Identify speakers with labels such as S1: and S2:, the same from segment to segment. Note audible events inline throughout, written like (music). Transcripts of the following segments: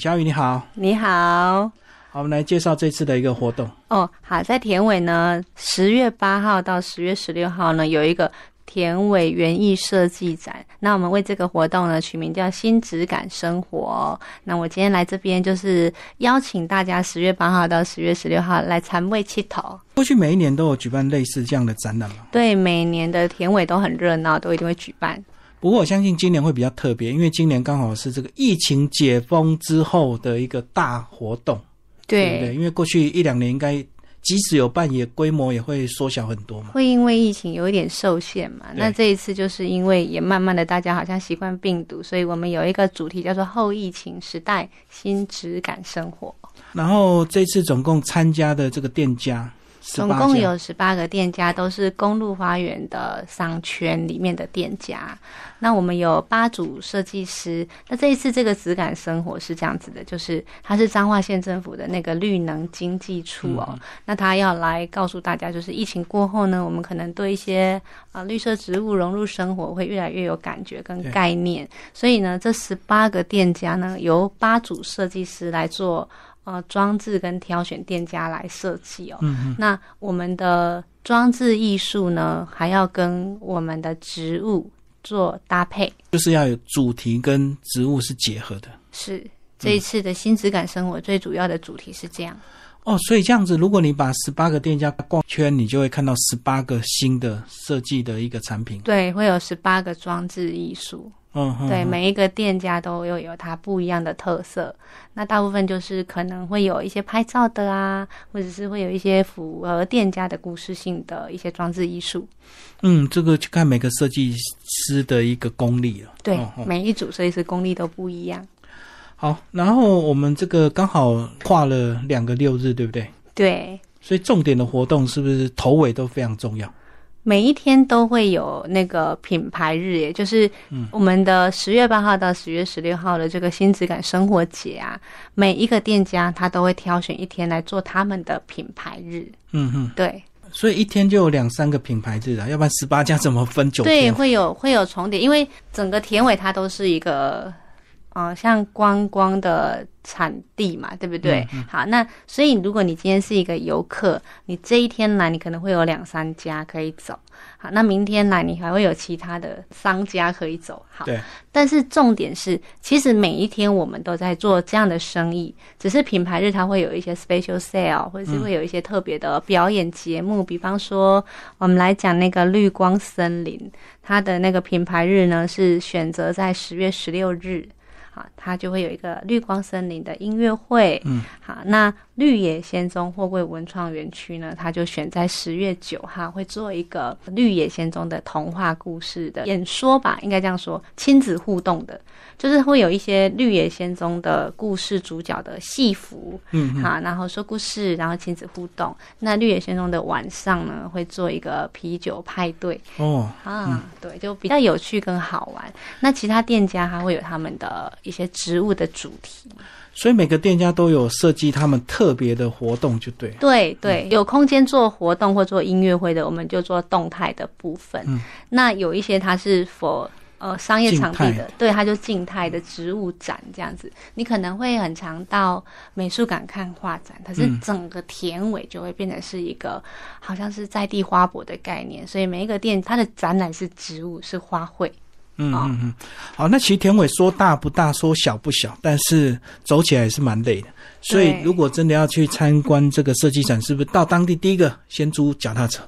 S1: 小雨你好，
S2: 你好，
S1: 好，我们来介绍这次的一个活动。
S2: 哦，好，在田尾呢，十月八号到十月十六号呢，有一个田尾园艺设计展。那我们为这个活动呢取名叫“新质感生活”。那我今天来这边就是邀请大家十月八号到十月十六号来参会七头。
S1: 过去每一年都有举办类似这样的展览嘛，
S2: 对，每年的田尾都很热闹，都一定会举办。
S1: 不过我相信今年会比较特别，因为今年刚好是这个疫情解封之后的一个大活动，对不对？因为过去一两年应该即使有办，也规模也会缩小很多嘛。
S2: 会因为疫情有一点受限嘛？
S1: 对
S2: 那这一次就是因为也慢慢的大家好像习惯病毒，所以我们有一个主题叫做“后疫情时代新质感生活
S1: 然后这次总共参加的这个店家”，18家，
S2: 总共有十八个店家，都是公路花园的商圈里面的店家。那我们有八组设计师。那这一次这个质感生活是这样子的，就是它是彰化县政府的那个绿能经济处
S1: 嗯
S2: 哦，那他要来告诉大家，就是疫情过后呢，我们可能对一些啊、绿色植物融入生活会越来越有感觉跟
S1: 对
S2: 概念。所以呢，这十八个店家呢，由八组设计师来做呃装置跟挑选店家来设计哦。
S1: 嗯
S2: 那我们的装置艺术呢，还要跟我们的植物做搭配。
S1: 就是要有主题跟植物是结合的
S2: 是这一次的新质感生活最主要的主题是这样。
S1: 哦。所以这样子，如果你把十八个店家逛圈，你就会看到十八个新的设计的一个产品。
S2: 对，会有十八个装置艺术，
S1: 嗯，嗯
S2: 对，
S1: 嗯
S2: 每一个店家都又有它不一样的特色。那大部分就是可能会有一些拍照的啊，或者是会有一些符合店家的故事性的一些装置艺术。
S1: 嗯，这个就看每个设计师的一个功力了。
S2: 对，
S1: 哦哦
S2: 每一组设计师功力都不一样。
S1: 好，然后我们这个刚好跨了两个六日，对不对？
S2: 对，
S1: 所以重点的活动是不是头尾都非常重要？
S2: 每一天都会有那个品牌日，也就是我们的十月八号到十月十六号的这个新质感生活节啊，每一个店家他都会挑选一天来做他们的品牌日。
S1: 嗯哼，
S2: 对
S1: 所以一天就有两三个品牌日了，啊要不然十八家怎么分九
S2: 对，
S1: 天？
S2: 会有会有重叠，因为整个田尾它都是一个。呃，像观光的产地嘛，对不对？
S1: 嗯
S2: 好，那所以如果你今天是一个游客，你这一天来，你可能会有两三家可以走。好，那明天来，你还会有其他的商家可以走。好，
S1: 对，
S2: 但是重点是，其实每一天我们都在做这样的生意，只是品牌日它会有一些 special sale，或
S1: 嗯
S2: 者是会有一些特别的表演节目，比方说我们来讲那个绿光森林，它的那个品牌日呢是选择在十月十六日。好，它就会有一个绿光森林的音乐会。
S1: 嗯，
S2: 好，那绿野仙踪货柜文创园区呢，它就选在十月九号会做一个绿野仙踪的童话故事的演说吧，应该这样说，亲子互动的，就是会有一些绿野仙踪的故事主角的戏服，
S1: 嗯
S2: 好，然后说故事，然后亲子互动。那绿野仙踪的晚上呢，会做一个啤酒派对，
S1: 哦，
S2: 啊，对，就比较有趣跟好玩。那其他店家还会有他们的一些植物的主题，
S1: 所以每个店家都有设计他们特别的活动，就对了。
S2: 对对，有空间做活动或做音乐会的，我们就做动态的部分。
S1: 嗯
S2: 那有一些它是否呃商业场地
S1: 静态
S2: 的，对，它就静态的植物展这样子。你可能会很常到美术馆看画展，可是
S1: 嗯
S2: 整个田尾就会变成是一个好像是在地花博的概念，所以每一个店它的展览是植物，是花卉。
S1: 嗯
S2: 哦
S1: 嗯嗯，好，那其实田尾说大不大，说小不小，但是走起来也是蛮累的。所以
S2: 对
S1: 如果真的要去参观这个设计展，是不是到当地第一个先租脚踏车？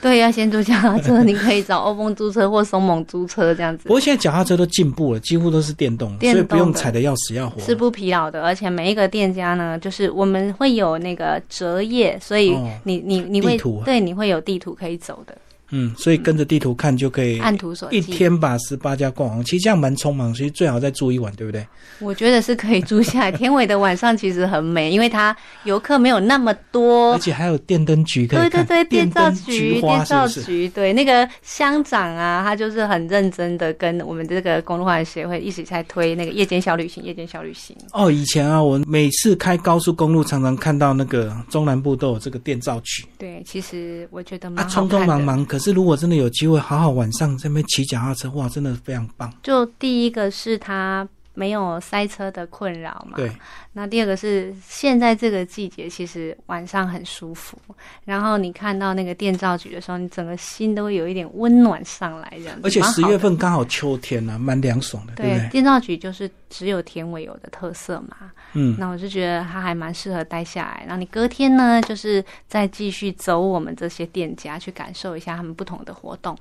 S2: 对，要先租脚踏车，你可以找 (laughs) 欧风租车或松猛租车这样子
S1: 不，过现在脚踏车都进步了，几乎都是电动，
S2: 电
S1: 所
S2: 动的
S1: 以不用踩的要死要活。
S2: 是不疲劳的。而且每一个店家呢，就是我们会有那个折页，所以
S1: 哦
S2: 你、你你会
S1: 地图啊
S2: 对你会有地图可以走的，
S1: 嗯，所以跟着地图看就可以
S2: 按图索
S1: 一
S2: 骥。
S1: 天把十八家逛完。其实这样蛮匆忙，其实最好再住一晚，对不对？
S2: 我觉得是可以住下来。天尾的晚上其实很美，因为它游客没有那么多
S1: 而。且还有电灯局可
S2: 对
S1: 以
S2: 哦对
S1: 看，
S2: 对，
S1: 电
S2: 电造
S1: 灯
S2: 局、
S1: 花
S2: 电
S1: 是不
S2: 造
S1: 是？
S2: 局，对那个乡长啊，他就是很认真的跟我们这个公路花园协会一起在推那个夜间小旅行，夜间小旅行。
S1: 哦，以前啊，我每次开高速公路，常常看到那个中南部都有这个电照局
S2: 对，其实我觉得
S1: 啊
S2: 蛮，嗯好
S1: 匆
S2: 看的。
S1: 匆忙忙。可是如果真的有机会，好好晚上在那边骑脚踏车，哇，真的非常棒。
S2: 就第一个是它没有塞车的困扰嘛。
S1: 对。
S2: 那第二个是现在这个季节，其实晚上很舒服，然后你看到那个电照局的时候，你整个心都会有一点温暖上来，这样子。
S1: 而且
S2: 蛮好
S1: 十
S2: 的
S1: 月份刚好秋天啊，蛮凉爽的，对不
S2: 对
S1: 对？
S2: 电照局就是只有田尾有的特色嘛。
S1: 嗯，
S2: 那我就觉得它还蛮适合待下来。然后你隔天呢，就是再继续走我们这些店家，去感受一下他们不同的活动。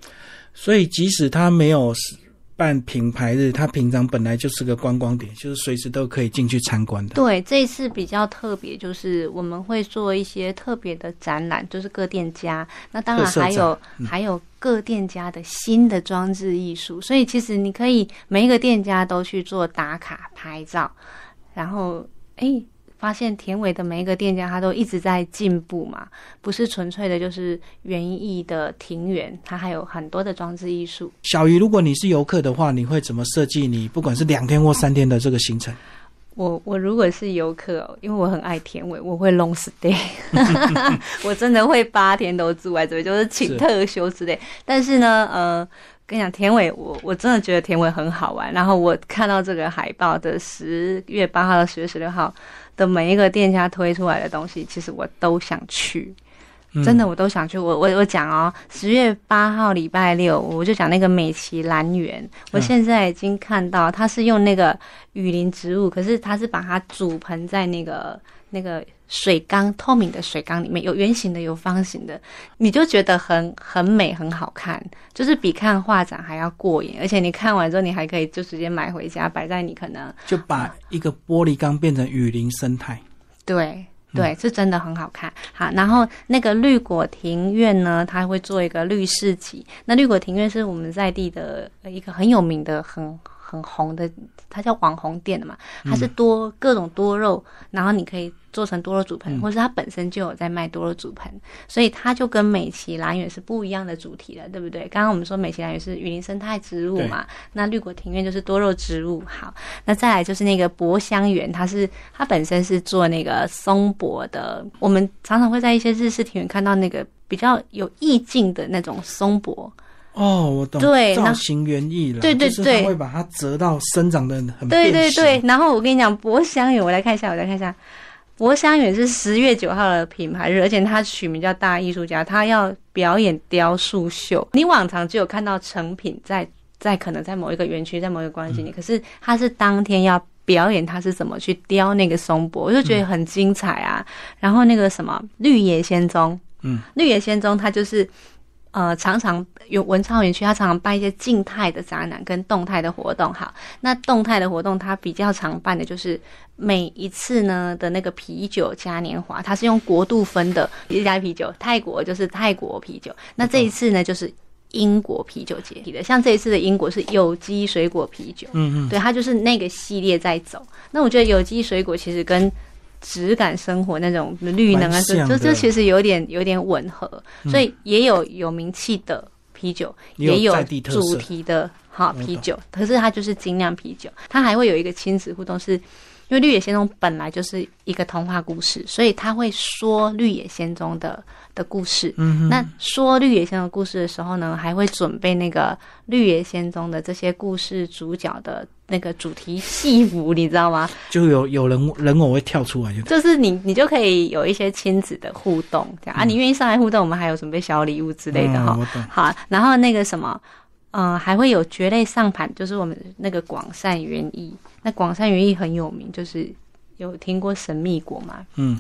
S1: 所以即使它没有办品牌日，它平常本来就是个观光点，就是随时都可以进去参观的。
S2: 对，这一次比较特别，就是我们会做一些特别的展览，就是各店家。那当然
S1: 特色
S2: 还有、
S1: 嗯
S2: 还有各店家的新的装置艺术，所以其实你可以每一个店家都去做打卡拍照，然后诶，发现田尾的每一个店家，它都一直在进步嘛，不是纯粹的就是园艺的庭园，它还有很多的装置艺术。
S1: 小鱼，如果你是游客的话，你会怎么设计你不管是两天或三天的这个行程？
S2: 我我如果是游客哦，因为我很爱田尾，我会 long stay，我真的会八天都住在这边，就是请
S1: 是
S2: 特休之类。但是呢，呃，跟你讲，田尾我我真的觉得田尾很好玩。然后我看到这个海报的十月八号到十月十六号的每一个店家推出来的东西，其实我都想去。
S1: 嗯
S2: 真的，我都想去。我我我讲哦，十月八号礼拜六，我就讲那个美琪兰园。我现在已经看到，它是用那个雨林植物，可是它是把它煮盆在那个那个水缸透明的水缸里面，有圆形的，有方形的，你就觉得很很美，很好看，就是比看画展还要过瘾。而且你看完之后，你还可以就直接买回家，摆在你可能
S1: 就把一个玻璃缸变成雨林生态。
S2: 对对，是真的很好看。好，然后那个绿果庭院呢，它会做一个绿市集。那绿果庭院是我们在地的呃一个很有名的、很很红的，它叫网红店的嘛。它是多、各种多肉，然后你可以做成多肉煮盆，或是它本身就有在卖多肉煮盆，所以它就跟美琪兰园是不一样的主题了，对不对？刚刚我们说美琪兰园是雨林生态植物嘛，那绿果庭院就是多肉植物。好，那再来就是那个博香园，它是它本身是做那个松柏的，我们常常会在一些日式庭园看到那个比较有意境的那种松柏，
S1: 哦，我懂，
S2: 对那
S1: 造型园艺了，
S2: 对对
S1: 就是
S2: 对
S1: 它会把它折到生长的很
S2: 对
S1: 变
S2: 对
S1: 形
S2: 对，，然后我跟你讲，博香园，我来看一下，我来看一下，博香园是十月九号的品牌日，而且它取名叫大艺术家，它要表演雕塑秀。你往常只有看到成品在在可能在某一个园区，在某一个观
S1: 嗯
S2: 景点，可是它是当天要。表演它是怎么去雕那个松柏，我就
S1: 嗯
S2: 觉得很精彩啊。然后那个什么绿野仙踪，
S1: 嗯，
S2: 绿野仙踪它就是呃常常有文创园区，它常常办一些静态的展览跟动态的活动。好，那动态的活动它比较常办的就是每一次呢的那个啤酒嘉年华，它是用国度分的，一家啤酒，泰国就是泰国啤酒，那这一次呢就是。英国啤酒节的，像这一次的英国是有机水果啤酒，
S1: 嗯嗯，
S2: 对，它就是那个系列在走。那我觉得有机水果其实跟质感生活那种绿能啊，
S1: 蛮
S2: 就
S1: 像
S2: 就
S1: 的嗯
S2: 就其实有点有点吻合，所以也有有名气的啤酒，
S1: 也有
S2: 也有
S1: 在地特色
S2: 主题的哈
S1: 我懂
S2: 啤酒，可是它就是精酿啤酒，它还会有一个亲子互动是。因为绿野仙踪本来就是一个童话故事，所以他会说绿野仙踪的的故事。
S1: 嗯哼，
S2: 那说绿野仙踪的故事的时候呢，还会准备那个绿野仙踪的这些故事主角的那个主题戏服，你知道吗？ (laughs)
S1: 就有有人人偶会跳出来就，
S2: 就是你你就可以有一些亲子的互动，这样啊，你愿意上来互动，我们还有准备小礼物之类的哈
S1: 嗯。我懂，
S2: 好，然后那个什么，呃，还会有蕨类上盘，就是我们那个广善园艺。那广善园艺很有名，就是有听过神秘果吗？
S1: 嗯，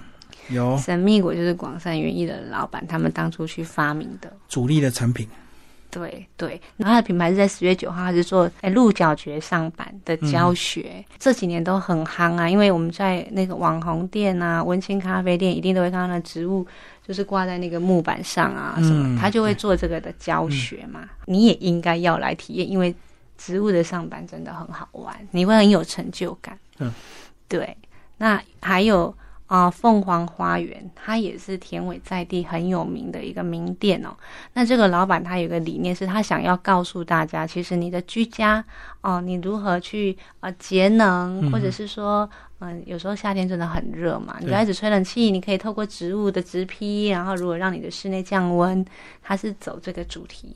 S1: 有
S2: 神秘果就是广善园艺的老板他们当初去发明的。
S1: 主力的产品，
S2: 对对，然后它的品牌是在十月九号，它是做哎鹿角蕨上板的教学，这几年都很夯啊，因为我们在那个网红店啊、文青咖啡店，一定都会看到那植物就是挂在那个木板上啊什么，
S1: 嗯
S2: 他就会做这个的教学嘛。你也应该要来体验，因为植物的上板真的很好玩，你会很有成就感。
S1: 嗯，
S2: 对，那还有。啊、凤凰花园，它也是田尾在地很有名的一个名店哦。那这个老板他有个理念，是他想要告诉大家，其实你的居家哦、你如何去呃节能，
S1: 嗯
S2: 或者是说，嗯、有时候夏天真的很热嘛，你不
S1: 对
S2: 要一直吹冷气，你可以透过植物的植批，然后如果让你的室内降温，它是走这个主题。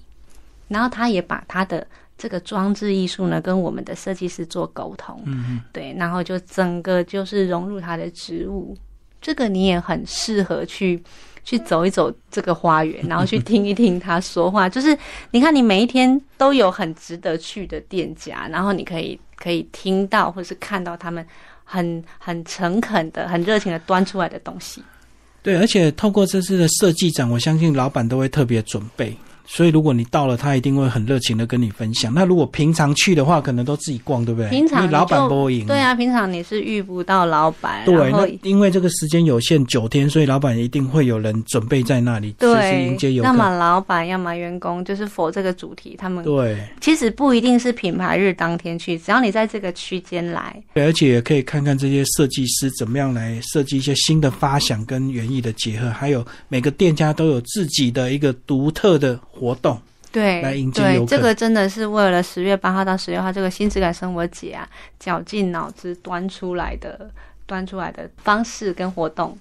S2: 然后他也把他的这个装置艺术呢跟我们的设计师做沟通，
S1: 嗯
S2: 对，然后就整个就是融入它的植物，这个你也很适合去。去走一走这个花园，然后去听一听他说话，就是你看，你每一天都有很值得去的店家，然后你可以可以听到或是看到他们很很诚恳的、很热情的端出来的东西。
S1: 对，而且透过这次的设计展，我相信老板都会特别准备，所以如果你到了，他一定会很热情的跟你分享。那如果平常去的话，可能都自己逛，对不对？
S2: 平常
S1: 因为老板不会赢。
S2: 对啊，平常你是遇不到老板，
S1: 对，
S2: 然后
S1: 那因为这个时间有限，九天，所以老板一定会有人准备在那里，随时迎接
S2: 对，
S1: 游
S2: 要
S1: 客。
S2: 么老板，要么员工，就是否这个主题，他们
S1: 对，
S2: 其实不一定是品牌日当天去，只要你在这个区间来，
S1: 对而且也可以看看这些设计师怎么样来设计一些新的发想跟园艺的结合，还有每个店家都有自己的一个独特的活动。
S2: 对，
S1: 来迎接游客
S2: 对，这个真的是为了十月八号到十六号这个新质感生活节啊，绞尽脑汁端出来的端出来的方式跟活动。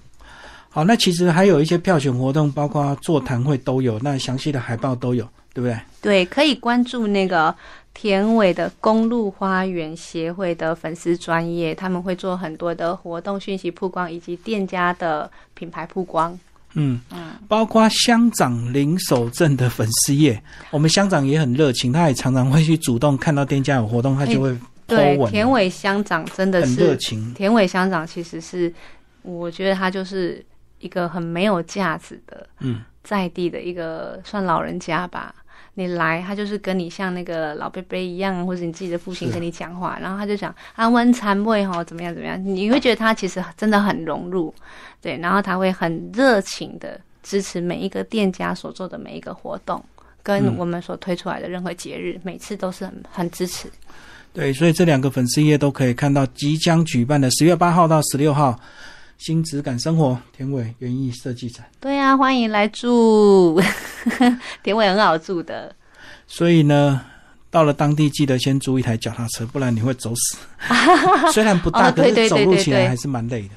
S1: 好，那其实还有一些票选活动，包括座谈会都有，那详细的海报都有，对不对？
S2: 对，可以关注那个田尾的公路花园协会的粉丝专业，他们会做很多的活动讯息曝光以及店家的品牌曝光。
S1: 嗯，包括乡长林守正的粉丝页，我们乡长也很热情，他也常常会去主动看到店家有活动，他就会 po
S2: 哎对，
S1: 文，
S2: 田尾乡长真的
S1: 很热
S2: 是
S1: 情。
S2: 田尾乡长，其实是我觉得他就是一个很没有架子的。
S1: 嗯，
S2: 在地的一个算老人家吧。你来，他就是跟你像那个老伯伯一样，或者你自己的父亲
S1: 是
S2: 跟你讲话，然后他就讲啊，温餐味哈，怎么样怎么样，你会觉得他其实真的很融入，对，然后他会很热情的支持每一个店家所做的每一个活动，跟
S1: 嗯
S2: 我们所推出来的任何节日，每次都是很很支持。
S1: 对，所以这两个粉丝页都可以看到即将举办的十月八号到十六号新质感生活田尾园艺设计展。
S2: 对啊，欢迎来住， (laughs) 田尾很好住的。
S1: 所以呢，到了当地记得先租一台脚踏车，不然你会走
S2: (laughs)
S1: 死。虽然不大，
S2: 哦
S1: 可
S2: 对
S1: 是
S2: 对对
S1: 走路起
S2: 对
S1: 来
S2: 对
S1: 还是蛮累的。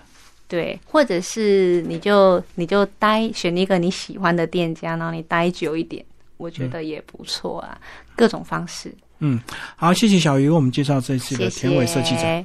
S2: 对，或者是你就你就待选一个你喜欢的店家，然后你待久一点，我觉得也不错啊，各种方式。
S1: 嗯，好，谢谢小鱼为我们介绍这次的
S2: 谢谢
S1: 田尾设计展。